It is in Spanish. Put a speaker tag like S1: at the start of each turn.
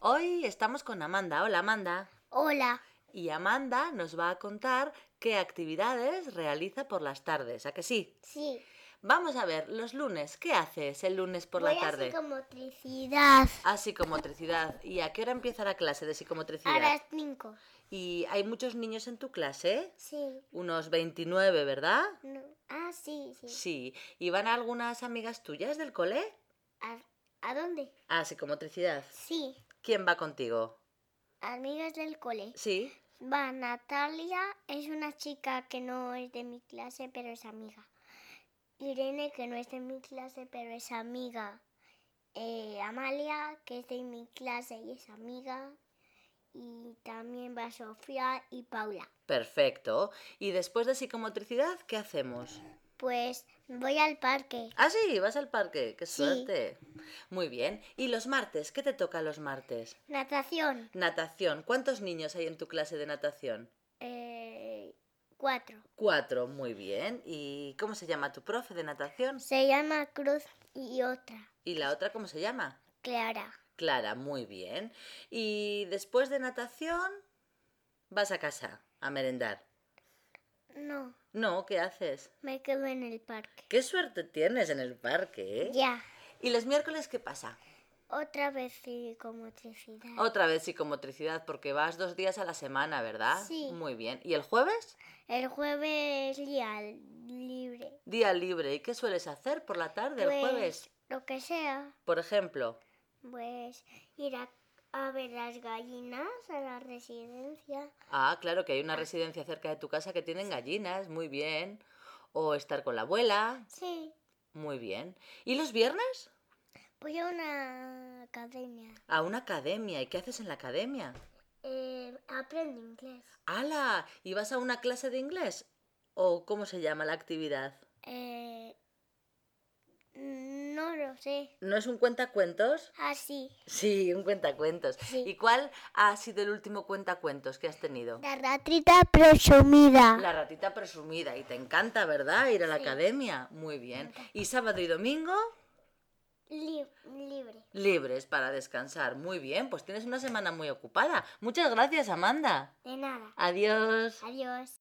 S1: Hoy estamos con Amanda. Hola Amanda.
S2: Hola.
S1: Y Amanda nos va a contar qué actividades realiza por las tardes. ¿A que sí?
S2: Sí.
S1: Vamos a ver, los lunes, ¿qué haces el lunes por
S2: Voy
S1: la
S2: a
S1: tarde?
S2: psicomotricidad.
S1: A psicomotricidad. ¿Y a qué hora empieza la clase de psicomotricidad?
S2: A las 5.
S1: ¿Y hay muchos niños en tu clase?
S2: Sí.
S1: Unos 29, ¿verdad?
S2: No. Ah, sí, sí.
S1: Sí. ¿Y van algunas amigas tuyas del cole?
S2: ¿A, a dónde?
S1: A psicomotricidad.
S2: Sí.
S1: ¿Quién va contigo?
S2: Amigas del cole.
S1: Sí.
S2: Va, Natalia es una chica que no es de mi clase, pero es amiga. Irene, que no es de mi clase, pero es amiga. Eh, Amalia, que es de mi clase y es amiga. Y también va Sofía y Paula.
S1: Perfecto. ¿Y después de psicomotricidad, qué hacemos?
S2: Pues voy al parque.
S1: Ah, sí, vas al parque. Qué
S2: Sí.
S1: suerte. Muy bien. ¿Y los martes? ¿Qué te toca los martes?
S2: Natación.
S1: Natación. ¿Cuántos niños hay en tu clase de natación?
S2: Eh, cuatro.
S1: Cuatro. Muy bien. ¿Y cómo se llama tu profe de natación?
S2: Se llama Cruz y otra,
S1: ¿Y la otra cómo se llama?
S2: Clara.
S1: Clara, muy bien. Y después de natación, vas a casa a merendar.
S2: No,
S1: No, ¿qué haces?
S2: me quedo en el parque.
S1: Qué suerte tienes en el parque, ¿eh?
S2: Ya.
S1: ¿Y los miércoles qué pasa?
S2: Otra vez psicomotricidad.
S1: Otra vez psicomotricidad, porque vas dos días a la semana, ¿verdad?
S2: Sí.
S1: Muy bien. ¿Y el jueves?
S2: El jueves día libre.
S1: Día libre. ¿Y qué sueles hacer por la tarde el
S2: Pues,
S1: jueves?
S2: Lo que sea.
S1: Por ejemplo.
S2: Pues ir a, a ver las gallinas a la residencia.
S1: Ah, claro, que hay una residencia cerca de tu casa que tienen gallinas, muy bien. O estar con la abuela,
S2: Sí.
S1: muy bien. ¿Y los viernes?
S2: Voy a pues una academia.
S1: A una academia. ¿Y qué haces en la academia?
S2: Eh, aprendo inglés.
S1: ¡Hala! ¿Y vas a una clase de inglés? ¿O cómo se llama la actividad?
S2: Eh, no lo sé.
S1: ¿No es un cuentacuentos?
S2: Así.
S1: Sí, un cuentacuentos.
S2: Sí.
S1: ¿Y cuál ha sido el último cuentacuentos que has tenido?
S2: La ratita presumida.
S1: La ratita presumida. Y te encanta, ¿verdad? Ir a la academia. Muy bien. ¿Y sábado y domingo?
S2: Lib- libre.
S1: Libres para descansar. Muy bien, pues tienes una semana muy ocupada. Muchas gracias, Amanda.
S2: De nada.
S1: Adiós.
S2: Adiós.